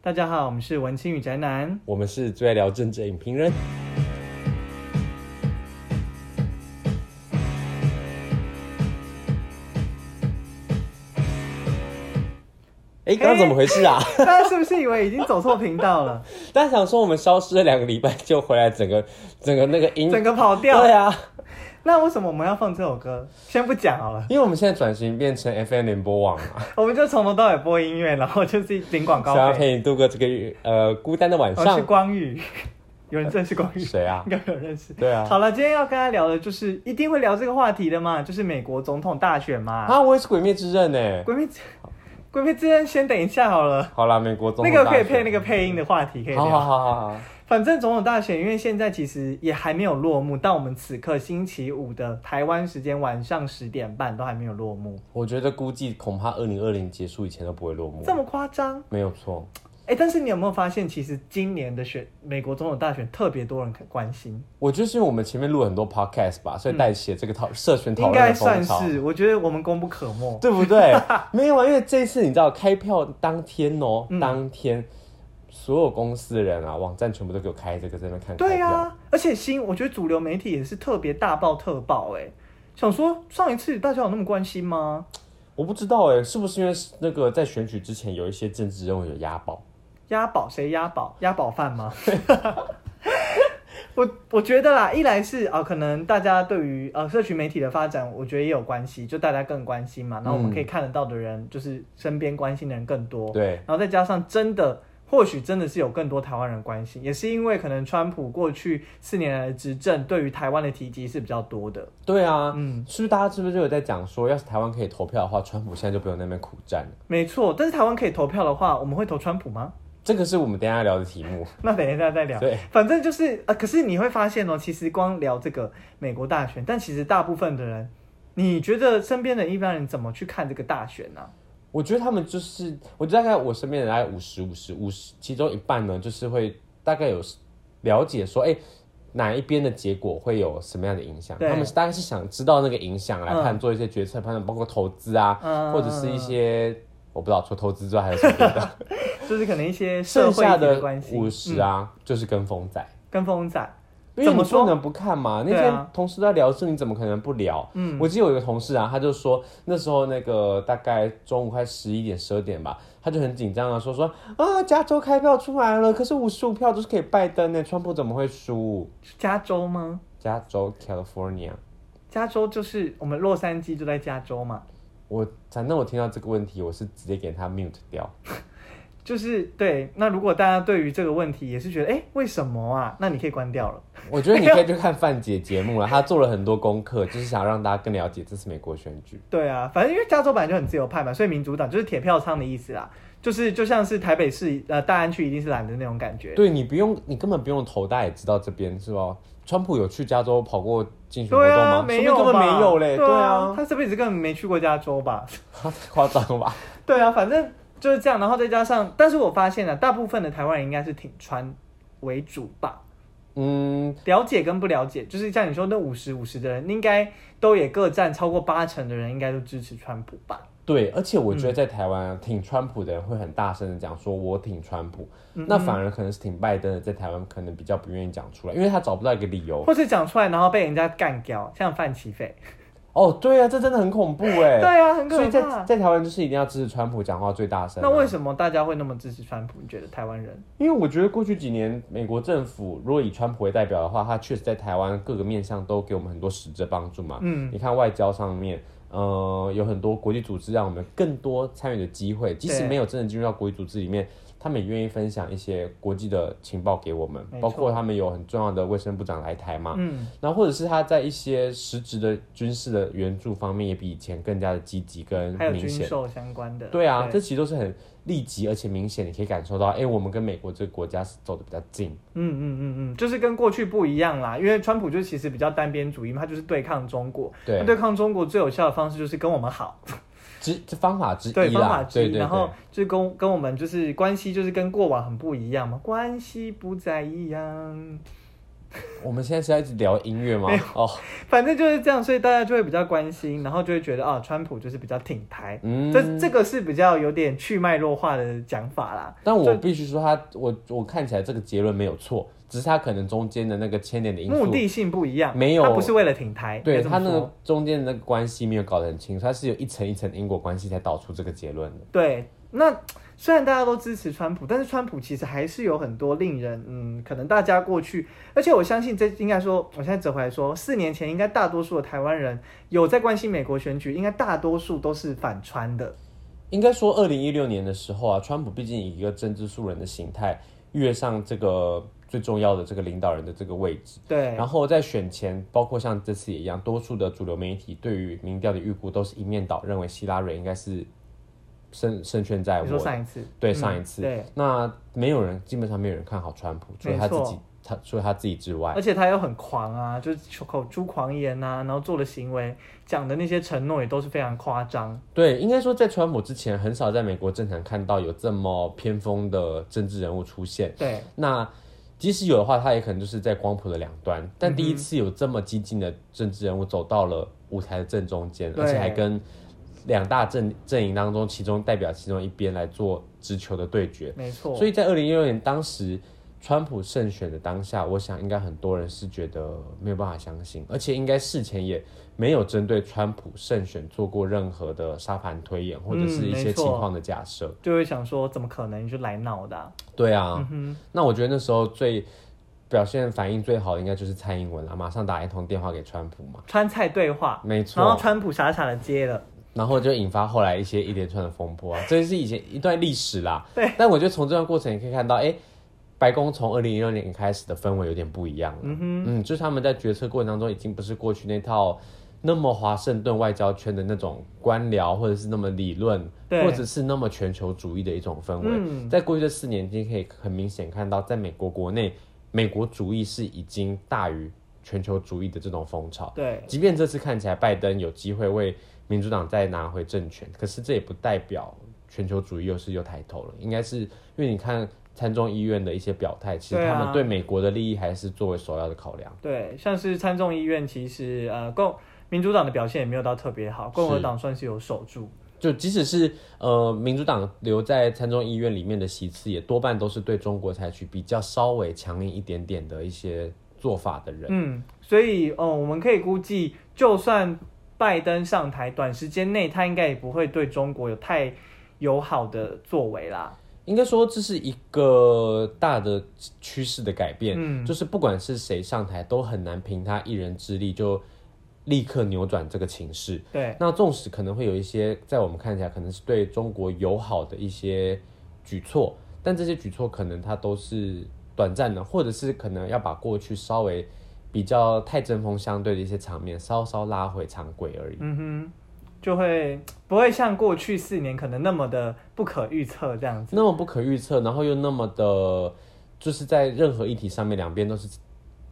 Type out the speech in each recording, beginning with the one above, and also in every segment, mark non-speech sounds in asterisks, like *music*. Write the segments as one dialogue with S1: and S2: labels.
S1: 大家好，我们是文青与宅男。
S2: 我们是最爱聊政治的影评人。哎、刚刚怎么回事啊？
S1: 大家是不是以为已经走错频道
S2: *laughs*
S1: 了，
S2: 大家想说我们消失了两个礼拜就回来，整个整个那个音，
S1: 整个跑掉？
S2: 对啊，
S1: 那为什么我们要放这首歌？先不讲好了，
S2: 因为我们现在转型变成 FM 联播网
S1: *laughs*
S2: 嘛，
S1: 我们就从头到尾播音乐，然后就是领广告
S2: 想要
S1: 费。
S2: 陪你度过这个呃孤单的晚
S1: 我
S2: 上
S1: 是。光宇， *laughs* 有人认识光宇？
S2: 谁啊
S1: 应该没有认识。
S2: 对啊
S1: 好了，今天要跟他聊的就是一定会聊这个话题的嘛，就是美国总统大选嘛。
S2: 啊，我也是《鬼灭之刃》呢。
S1: 闺蜜之，闺蜜之刃，先等一下好了。
S2: 好啦，美国总
S1: 那
S2: 统
S1: 个
S2: 大
S1: 可以
S2: 选
S1: 配那个配音的话题，可以聊。
S2: 好好好好好，
S1: 反正总统大选，因为现在其实也还没有落幕，但我们此刻星期五的台湾时间晚上十点半都还没有落幕，
S2: 我觉得估计恐怕二零二零结束以前都不会落幕
S1: 这。么夸张？
S2: 没有错，
S1: 哎、但是你有没有发现，其实今年的选美国总统大选特别多人关心，
S2: 我就是因为我们前面录了很多 podcast 吧，所以带起了这个讨社群讨
S1: 应
S2: 论的
S1: 该算
S2: 风潮，
S1: 是，我觉得我们功不可没。
S2: 对不对？ *laughs* 没有啊，因为这一次你知道开票当天哦，
S1: 嗯
S2: 当天所有公司的人啊，网站全部都给我开这个在那边看
S1: 对
S2: 开票。
S1: 啊，而且新，我觉得主流媒体也是特别大爆特爆、哎，想说上一次大家有那么关心吗？
S2: 我不知道哎、是不是因为那个在选举之前有一些政治人物有押宝？
S1: 押宝谁押宝？押宝犯吗？ *laughs* 我我觉得啦，一来是啊、呃可能大家对于呃社群媒体的发展，我觉得也有关系，就大家更关心嘛，那我们
S2: 嗯
S1: 可以看得到的人，就是身边关心的人更多。
S2: 对，
S1: 然后再加上真的，或许真的是有更多台湾人关心，也是因为可能川普过去四年来的执政，对于台湾的提及是比较多的。
S2: 对啊，
S1: 嗯
S2: 是不是大家是不是就有在讲说，要是台湾可以投票的话，川普现在就不用在那边苦战了？
S1: 没错，但是台湾可以投票的话，我们会投川普吗？
S2: 这个是我们等一下要聊的题目。
S1: *laughs* 那等一下再聊。
S2: 对，
S1: 反正就是呃，可是你会发现哦，其实光聊这个美国大选，但其实大部分的人，你觉得身边的一般人怎么去看这个大选啊呢、
S2: 我觉得他们就是，我觉得大概我身边人大概五十五十五十，其中一半呢就是会大概有了解说，哎、哪一边的结果会有什么样的影响？
S1: 对
S2: 他们是大概是想知道那个影响来判做一些决策判断，包括投资啊，
S1: 嗯
S2: 或者是一些我不知道除了投资之外还有什么别
S1: *laughs*
S2: 的。
S1: 就是可能一些社
S2: 剩
S1: 会
S2: 下
S1: 议题的
S2: 的
S1: 关系，嗯
S2: 五十啊，就是跟风仔，
S1: 跟风仔，
S2: 因为
S1: 怎
S2: 你
S1: 么说
S2: 不能不看嘛。那
S1: 对
S2: 天
S1: 啊
S2: 同事都在聊事，你怎么可能不聊？
S1: 嗯，
S2: 我记得有一个同事啊，他就说那时候那个大概中午快十一点十二点吧，他就很紧张啊，说说啊，加州开票出来了，可是五十五票都是给拜登呢，川普怎么会输？
S1: 是加州吗？
S2: 加州 California，
S1: 加州就是我们洛杉矶就在加州嘛，
S2: 我反正我听到这个问题，我是直接给他 mute 掉。
S1: 就是对。那如果大家对于这个问题也是觉得，哎，为什么啊？那你可以关掉了。
S2: 我觉得你可以去看范姐节目了，她做了很多功课，就是想让大家更了解这次美国选举。
S1: 对啊，反正因为加州本来就很自由派嘛，所以民主党就是铁票仓的意思啦，就是就像是台北市呃大安区一定是蓝的那种感觉。
S2: 对你不用，你根本不用投，大家也知道这边是吧？川普有去加州跑过竞选活
S1: 对
S2: 动
S1: 啊，
S2: 吗？
S1: 没
S2: 说
S1: 有
S2: 不定根本
S1: 吧
S2: 没有嘞。
S1: 对
S2: 啊，
S1: 他这辈子根本没去过加州吧？ *laughs*
S2: 他 *laughs* 太夸张了吧？
S1: 对啊，反正就是这样。然后再加上，但是我发现了、啊大部分的台湾人应该是挺川为主吧，
S2: 嗯，
S1: 了解跟不了解，就是像你说那五十五十的人，应该都也各占超过八成的人，应该都支持川普吧？
S2: 对，而且我
S1: 嗯
S2: 觉得在台湾、啊挺川普的人会很大声的讲说“我挺川普”，
S1: 嗯
S2: 那反而可能是挺拜登的，在台湾可能比较不愿意讲出来，因为他找不到一个理由。
S1: 或是讲出来然后被人家干掉，像范琪斐。
S2: 哦，对啊，这真的很恐怖哎。
S1: 对啊，很可
S2: 所以在
S1: 怕。
S2: 在台湾就是一定要支持川普讲话最大声啊、
S1: 那为什么大家会那么支持川普？你觉得台湾人？
S2: 因为我觉得过去几年美国政府如果以川普为代表的话，他确实在台湾各个面向都给我们很多实质帮助嘛。
S1: 嗯，
S2: 你看外交上面，呃，有很多国际组织让我们更多参与的机会，即使
S1: 对
S2: 没有真的进入到国际组织里面，他们也愿意分享一些国际的情报给我们
S1: 没，错
S2: 包括他们有很重要的卫生部长来台嘛，
S1: 嗯，
S2: 然后或者是他在一些实质的军事的援助方面也比以前更加的积极跟
S1: 还有
S2: 明
S1: 军
S2: 显。
S1: 售相关的。
S2: 对啊，这其实都是很立即而且明显，你可以感受到，哎、我们跟美国这个国家是走的比较近。
S1: 嗯嗯嗯嗯，就是跟过去不一样啦，因为川普就其实比较单边主义嘛，他就是对抗中国。
S2: 对
S1: 那，啊对抗中国最有效的方式就是跟我们好，
S2: 之这方法之一啦，
S1: 对方法之
S2: 对
S1: 一，
S2: 对
S1: 然后
S2: 对，
S1: 就是跟跟我们就是关系就是跟过往很不一样嘛，关系不再一样。
S2: 我们现在是在一直聊音乐吗？哦，
S1: 反正就是这样，所以大家就会比较关心，然后就会觉得啊，川普就是比较挺台，
S2: 嗯，
S1: 这这个是比较有点去脉弱化的讲法啦。
S2: 但我必须说他，我我看起来这个结论没有错，只是他可能中间的那个牵连的因
S1: 目
S2: 素，
S1: 的性不一样，
S2: 没有
S1: 他不是为了挺台，
S2: 对
S1: 应该
S2: 他
S1: 这么
S2: 那
S1: 说
S2: 个中间的那个关系没有搞得很清楚，他是有一层一层的因果关系才导出这个结论的。
S1: 对，那虽然大家都支持川普，但是川普其实还是有很多令人嗯，可能大家过去，而且我相信这应该说，我现在折回来说，四年前应该大多数的台湾人有在关心美国选举，应该大多数都是反川的。
S2: 应该说，二零一六年的时候啊，川普毕竟以一个政治素人的形态跃上这个最重要的这个领导人的这个位置。
S1: 对
S2: 然后在选前，包括像这次也一样，多数的主流媒体对于民调的预估都是一面倒，认为希拉蕊应该是胜胜券在
S1: 你说
S2: 握。
S1: 上一次，
S2: 对
S1: 嗯
S2: 上一次
S1: 对，
S2: 那没有人，基本上没有人看好川普，除了他
S1: 没错
S2: 自己，他除了他自己之外，
S1: 而且他又很狂啊，就是口出狂言啊，然后做的行为，讲的那些承诺也都是非常夸张。
S2: 对，应该说在川普之前，很少在美国政坛看到有这么偏锋的政治人物出现。
S1: 对，
S2: 那即使有的话，他也可能就是在光谱的两端。但
S1: 嗯
S2: 第一次有这么激进的政治人物走到了舞台的正中间，
S1: 对
S2: 而且还跟两大阵阵营当中，其中代表其中一边来做直球的对决。
S1: 没错。
S2: 所以在二零一六年当时川普胜选的当下，我想应该很多人是觉得没有办法相信，而且应该事前也没有针对川普胜选做过任何的沙盘推演或者
S1: 嗯
S2: 是一些
S1: 没错
S2: 情况的假设。
S1: 就会想说，怎么可能？你就来闹的啊、
S2: 对啊，
S1: 嗯哼，
S2: 那我觉得那时候最表现反应最好的应该就是蔡英文啦，马上打一通电话给川普嘛，
S1: 川菜对话，
S2: 没
S1: 然后
S2: 错，
S1: 川普傻傻的接了。
S2: 然后就引发后来一些一连串的风波啊，这是以前一段历史啦。对，但我觉得从这段过程也可以看到，哎、白宫从二零一六年开始的氛围有点不一样了，
S1: 嗯
S2: 嗯就是他们在决策过程当中已经不是过去那套。那么华盛顿外交圈的那种官僚，或者是那么理论，
S1: 对
S2: 或者是那么全球主义的一种氛围，
S1: 嗯，
S2: 在过去这四年间，可以很明显看到，在美国国内，美国主义是已经大于全球主义的这种风潮。
S1: 对，
S2: 即便这次看起来拜登有机会为民主党再拿回政权，可是这也不代表全球主义又是又抬头了，应该是因为你看参众议院的一些表态，其实
S1: 对啊
S2: 他们对美国的利益还是作为首要的考量。
S1: 对，像是参众议院，其实呃共民主党的表现也没有到特别好，共和党算是有守住。
S2: 就即使是呃民主党留在参众议院里面的席次，也多半都是对中国采取比较稍微强硬一点点的一些做法的人。
S1: 嗯，所以哦、呃我们可以估计，就算拜登上台，短时间内他应该也不会对中国有太友好的作为啦。
S2: 应该说这是一个大的趋势的改变，
S1: 嗯
S2: 就是不管是谁上台，都很难凭他一人之力就立刻扭转这个情势。
S1: 对，
S2: 那纵使可能会有一些在我们看起来可能是对中国友好的一些举措，但这些举措可能它都是短暂的，或者是可能要把过去稍微比较太针锋相对的一些场面稍稍拉回常轨而已。
S1: 嗯哼，就会不会像过去四年可能那么的不可预测这样子。
S2: 那么不可预测，然后又那么的，就是在任何议题上面，两边都是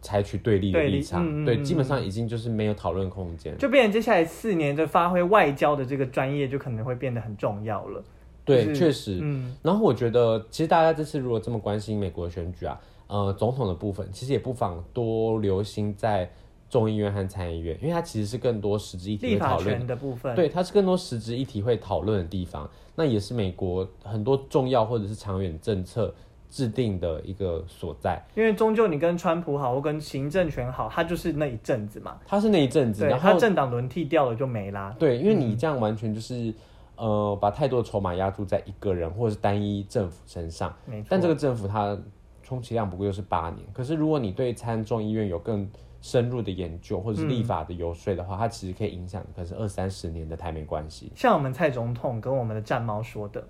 S2: 采取对立的
S1: 对立
S2: 立场，
S1: 嗯嗯
S2: 对，
S1: 嗯
S2: 基本上已经就是没有讨论空间。
S1: 就变成接下来四年的发挥外交的这个专业，就可能会变得很重要了。
S2: 对，
S1: 就是
S2: 确实。
S1: 嗯，
S2: 然后我觉得，其实大家这次如果这么关心美国选举啊，呃，总统的部分，其实也不妨多留心在众议院和参议院，因为它其实是更多实质议题
S1: 立
S2: 会
S1: 法
S2: 讨论
S1: 权的部分，
S2: 对，它是更多实质议题会讨论的地方，那也是美国很多重要或者是长远政策制定的一个所在。
S1: 因为终究你跟川普好，或跟行政权好，他就是那一阵子嘛。
S2: 它是那一阵子，
S1: 对，
S2: 然后
S1: 他政党轮替掉了就没啦。
S2: 对，因为你这样完全就是，
S1: 嗯
S2: 呃，把太多的筹码压注在一个人或者是单一政府身上。
S1: 没错，
S2: 但这个政府它充其量不过就是八年。可是如果你对参众议院有更深入的研究或者是立法的游说
S1: 嗯
S2: 的话，它其实可以影响可是二三十年的台美关系。
S1: 像我们蔡总统跟我们的战猫说的，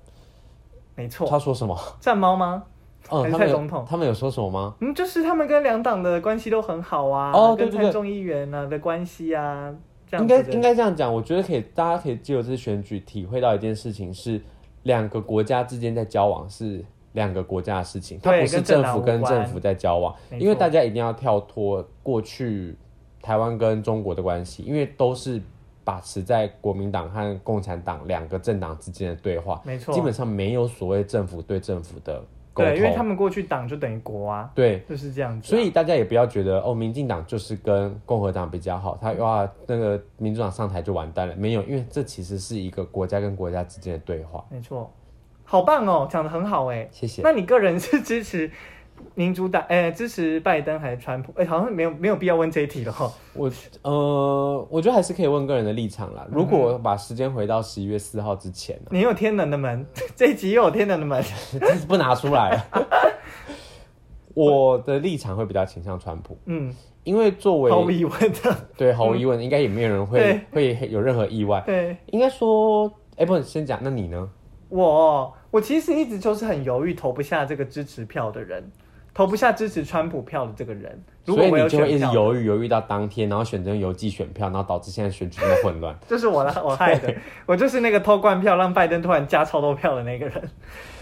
S1: 没错，
S2: 他说什么？
S1: 战猫吗？
S2: 嗯，
S1: 还是
S2: 他们
S1: 蔡
S2: 有
S1: 总统
S2: 他们有说什么吗？
S1: 嗯，就是他们跟两党的关系都很好啊，
S2: 哦对
S1: 跟
S2: 对
S1: 蔡
S2: 对
S1: 众议员啊的关系啊，这样
S2: 应
S1: 子
S2: 该
S1: 的
S2: 应该这样讲，我觉得可以，大家可以借由这次选举体会到一件事情是，两个国家之间在交往是两个国家的事情，它
S1: 对
S2: 不是
S1: 跟政
S2: 政
S1: 党
S2: 府
S1: 无
S2: 跟
S1: 关
S2: 政府在交往，
S1: 没
S2: 因为
S1: 错
S2: 大家一定要跳脱过去台湾跟中国的关系，因为都是把持在国民党和共产党两个政党之间的对话，
S1: 没
S2: 基
S1: 错，
S2: 本上没有所谓政府对政府的沟
S1: 对，因为
S2: 通。
S1: 他们过去党就等于国啊，
S2: 对，
S1: 就是这样子啊、
S2: 所以大家也不要觉得哦，民进党就是跟共和党比较好，他哇那个民主党上台就完蛋了，没有，因为这其实是一个国家跟国家之间的对话。
S1: 没错，好棒哦，讲的很好哎。
S2: 谢谢。
S1: 那你个人是支持民主党，呃，支持拜登还是川普？哎、好像没有没有必要问这一题了哈。
S2: 我呃，我觉得还是可以问个人的立场啦。如果我把时间回到十一月四号之 *laughs* 前呢、
S1: 你有天能的门， *laughs* 这一集又有天能的门。
S2: 真是不拿出 *laughs* 来，我的立场会比较倾向川普，
S1: 嗯，
S2: 因为作为
S1: 毫无疑问
S2: *laughs*
S1: 的，
S2: 对毫无疑问，应该也没有人会会有任何意外。
S1: 对
S2: 应该说，哎、不，先讲，那你呢？
S1: 我，我其实一直就是很犹豫投不下这个支持票的人，投不下支持川普票的这个人。如果
S2: 所以
S1: 我有
S2: 你就
S1: 选
S2: 会一直
S1: 票，
S2: 犹豫，犹豫到当天，然后选择用邮寄选票，然后导致现在选举这么混乱。
S1: 这是我啦，我害
S2: *laughs*
S1: 的，我就是那个偷灌票让拜登突然加超多票的那个人。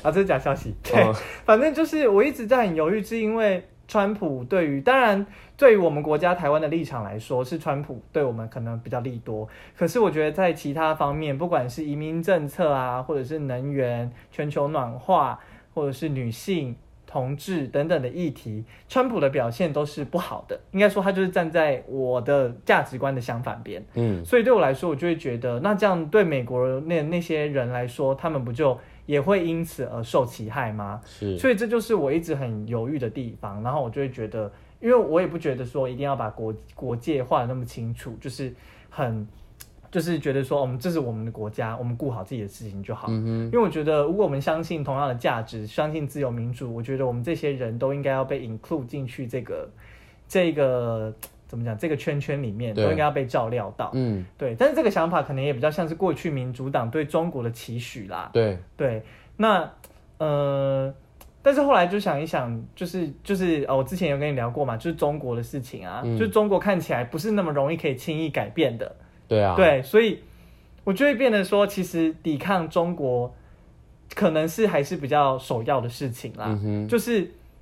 S1: 啊，这是假消
S2: *laughs*
S1: 息。 *laughs* 对，
S2: 嗯
S1: *laughs* 反正就是我一直在很犹豫，是因为川普对于当然对于我们国家台湾的立场来说，是川普对我们可能比较利多。可是我觉得在其他方面，不管是移民政策啊，或者是能源、全球暖化，或者是女性。同志等等的议题，川普的表现都是不好的。应该说，他就是站在我的价值观的相反边。
S2: 嗯，
S1: 所以对我来说，我就会觉得，那这样对美国那那些人来说，他们不就也会因此而受其害吗？
S2: 是，
S1: 所以这就是我一直很犹豫的地方。然后我就会觉得，因为我也不觉得说一定要把国国界画的那么清楚，就是很，就是觉得说，我、们哦这是我们的国家，我们顾好自己的事情就好。
S2: 嗯
S1: 因为我觉得，如果我们相信同样的价值，相信自由民主，我觉得我们这些人都应该要被 include 进去这个这个怎么讲这个圈圈里面，都
S2: 对
S1: 应该要被照料到
S2: 哼，。嗯，
S1: 对，但是这个想法可能也比较像是过去民主党对中国的期许啦。
S2: 对，
S1: 对，那呃，但是后来就想一想，就是就是哦，我之前有跟你聊过嘛，就是中国的事情啊，
S2: 嗯
S1: 就是中国看起来不是那么容易可以轻易改变的。
S2: 对啊，，
S1: 对，所以我就会变得说，其实抵抗中国可能是还是比较首要的事情啦。
S2: 嗯哼，
S1: 就是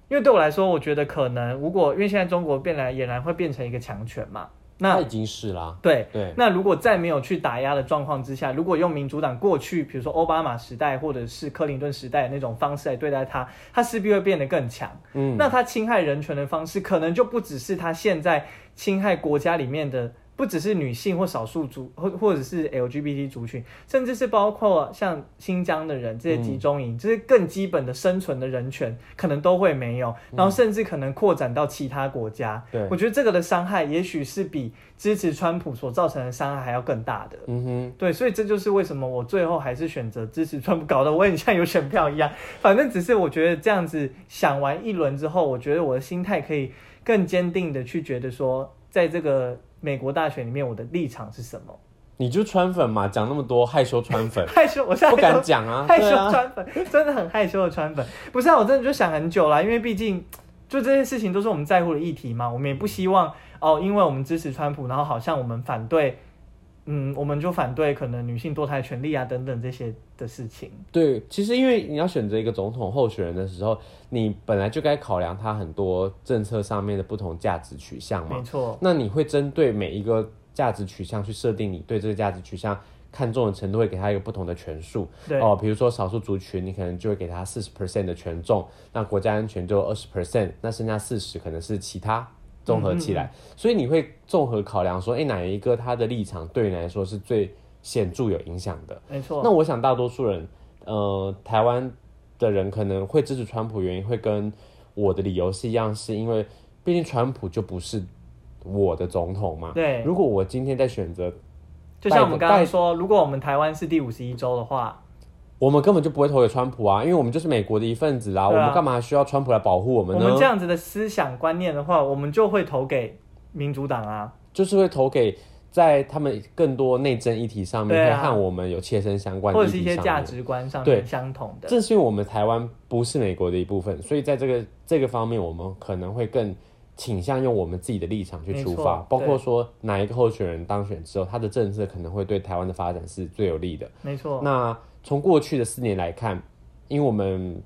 S1: 因为对我来说，我觉得可能如果因为现在中国变来俨然会变成一个强权嘛，
S2: 他
S1: 那
S2: 已经是啦，
S1: 对。
S2: 对，
S1: 那如果在没有去打压的状况之下，如果用民主党过去，比如说奥巴马时代或者是克林顿时代的那种方式来对待他，他势必会变得更强。
S2: 嗯，
S1: 那他侵害人权的方式，可能就不只是他现在侵害国家里面的，不只是女性或少数族，或或者是 LGBT 族群，甚至是包括像新疆的人这些集中营，这些更基本的生存的人权，可能都会没有，然后甚至可能扩展到其他国家。
S2: 对
S1: 我觉得这个的伤害，也许是比支持川普所造成的伤害还要更大的。
S2: 嗯哼，
S1: 对，所以这就是为什么我最后还是选择支持川普，搞得我很像有选票一样。反正只是我觉得这样子想完一轮之后，我觉得我的心态可以更坚定的去觉得说，在这个美国大选里面，我的立场是什么。，
S2: 你就川粉嘛，讲那么多害羞川粉
S1: *laughs* 害羞，我现在
S2: 不敢
S1: 都
S2: 讲啊，
S1: 害羞
S2: 对啊，
S1: 川粉，真的很害羞的川粉。不是啊，我真的就想很久了，因为毕竟就这些事情都是我们在乎的议题嘛，我们也不希望哦，因为我们支持川普，然后好像我们反对，嗯，我们就反对可能女性堕胎权利啊等等这些的事情。
S2: 对，其实因为你要选择一个总统候选人的时候，你本来就该考量他很多政策上面的不同价值取向嘛
S1: 没，错，
S2: 那你会针对每一个价值取向去设定你对这个价值取向看重的程度，会给他一个不同的权数。
S1: 对
S2: 哦，比如说少数族群，你可能就会给他四十 percent 的权重，那国家安全就二十 percent，那剩下四十可能是其他。综合起来，所以你会综合考量说，哎、哪一个他的立场对你来说是最显著有影响的？
S1: 没错。
S2: 那我想大多数人，呃，台湾的人可能会支持川普，原因会跟我的理由是一样，是因为毕竟川普就不是我的总统嘛。
S1: 对，
S2: 如果我今天在选择，
S1: 就像我们刚刚
S2: 拜
S1: 说，如果我们台湾是第五十一州的话，
S2: 我们根本就不会投给川普啊，因为我们就是美国的一份子啦，我
S1: 对啊
S2: 们干嘛需要川普来保护我
S1: 我
S2: 们
S1: 们
S2: 呢？
S1: 这样子的思想观念的话，我们就会投给民主党啊。
S2: 就是会投给在他们更多内政议题上面，
S1: 对啊
S2: 会和我们有切身相关的
S1: 或
S2: 议
S1: 者是
S2: 题
S1: 一
S2: 上面，
S1: 些价值观上
S2: 对
S1: 面相同的。
S2: 正是因为我们台湾不是美国的一部分，所以在这个这个方面，我们可能会更倾向用我们自己的立场去出发
S1: 没错，
S2: 包括说哪一个候选人当选之后，他的政策可能会对台湾的发展是最有利的。
S1: 没错，
S2: 那从过去的四年来看，因为我们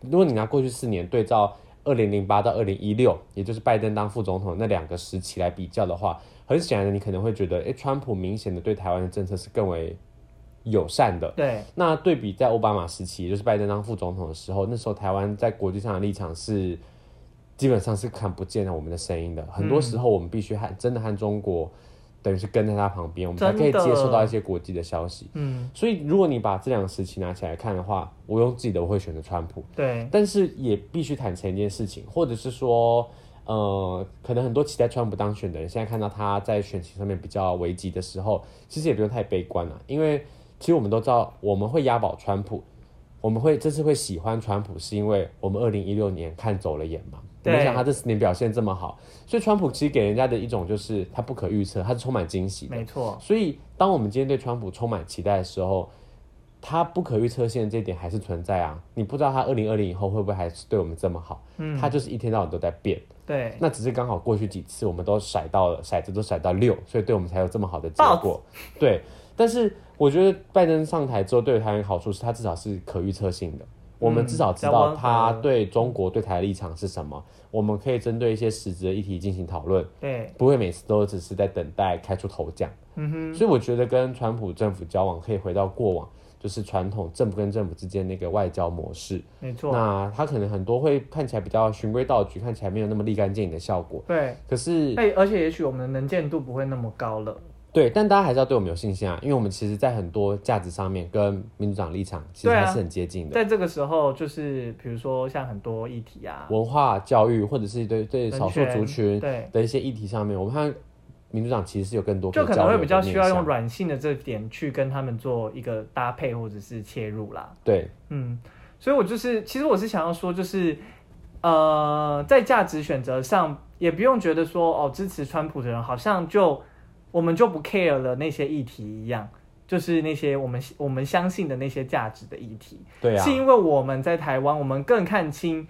S2: 如果你拿过去四年对照二零零八到二零一六，也就是拜登当副总统那两个时期来比较的话，很显然的你可能会觉得，诶，川普明显的对台湾的政策是更为友善的。
S1: 对，
S2: 那对比在奥巴马时期，也就是拜登当副总统的时候，那时候台湾在国际上的立场是基本上是看不见了我们的声音的。很多时候我们必须和真的和中国等于是跟在他旁边，我们才可以
S1: 真的
S2: 接受到一些国际的消息。
S1: 嗯，
S2: 所以，如果你把这两个时期拿起来看的话，我用自己的我会选择川普，
S1: 对，
S2: 但是也必须坦诚一件事情，或者是说，呃，可能很多期待川普当选的人，现在看到他在选情上面比较危急的时候，其实也不用太悲观了、啊因为其实我们都知道我们会押宝川普，我们会这次会喜欢川普，是因为我们二零一六年看走了眼嘛。
S1: 对
S2: 没想到他这四年表现这么好，所以川普其实给人家的一种就是他不可预测，他是充满惊喜的。
S1: 没错，
S2: 所以，当我们今天对川普充满期待的时候，他不可预测性的这一点还是存在啊。你不知道他二零二零以后会不会还是对我们这么好，
S1: 嗯，
S2: 他就是一天到晚都在变。
S1: 对，
S2: 那只是刚好过去几次我们都甩到了骰子都甩到六，所以对我们才有这么好的结果。对，但是我觉得拜登上台之后对台湾有好处是，他至少是可预测性的。我们至少
S1: 嗯
S2: 知
S1: 比较温和
S2: 道他对中国对台的立场是什么，我们可以针对一些实质的议题进行讨论，
S1: 对，
S2: 不会每次都只是在等待开出头奖。
S1: 嗯哼，
S2: 所以我觉得跟川普政府交往可以回到过往，就是传统政府跟政府之间那个外交模式。
S1: 没错，
S2: 那他可能很多会看起来比较循规蹈矩，看起来没有那么立竿见影的效果。
S1: 对，
S2: 可是，
S1: 哎，而且也许我们的能见度不会那么高了，
S2: 对，但大家还是要对我们有信心啊，因为我们其实，在很多价值上面跟民主党立场其实
S1: 对啊
S2: 还是很接近的，
S1: 在这个时候，就是比如说像很多议题啊，
S2: 文化、教育或者是对对
S1: 人
S2: 少数族
S1: 权
S2: 群
S1: 对，
S2: 的一些议题上面，我们看民主党其实是有更多
S1: 就可
S2: 交
S1: 能会
S2: 流
S1: 比
S2: 的
S1: 较
S2: 面
S1: 需要用
S2: 向
S1: 软性的这点去跟他们做一个搭配或者是切入啦。
S2: 对
S1: 嗯，所以我就是，其实我是想要说，就是呃，在价值选择上，也不用觉得说哦，支持川普的人好像就我们就不 care 了那些议题一样，就是那些我们我们相信的那些价值的议题。
S2: 对啊
S1: 是，因为我们在台湾，我们更看清，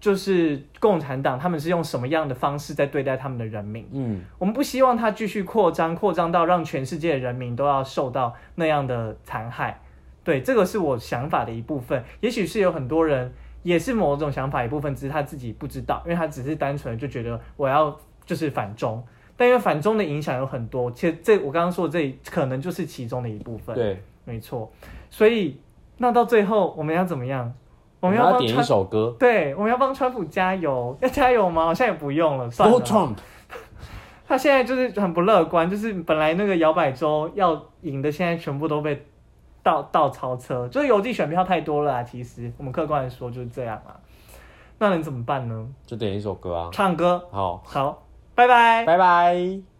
S1: 就是共产党他们是用什么样的方式在对待他们的人民。
S2: 嗯，
S1: 我们不希望它继续扩张，扩张到让全世界的人民都要受到那样的残害。对，这个是我想法的一部分。也许是有很多人也是某种想法一部分，只是他自己不知道，因为他只是单纯就觉得我要就是反中。但因为反中的影响有很多，其实这我刚刚说的这可能就是其中的一部分。
S2: 对，
S1: 没错，所以那到最后我们要怎么样？我们要
S2: 要
S1: 帮
S2: 点一
S1: 川
S2: 首歌
S1: 对，我们要帮川普加油，要加油吗？好像也不用了，算了
S2: ，Go
S1: 啦。
S2: Trump。
S1: 他现在就是很不乐观，就是本来那个摇摆州要赢的，现在全部都被倒倒超车，就是邮寄选票太多了啊。其实我们客观来说就是这样啊。那能怎么办呢？
S2: 就点一首歌啊。
S1: 唱歌，
S2: 好，
S1: 好，拜拜。
S2: 拜拜。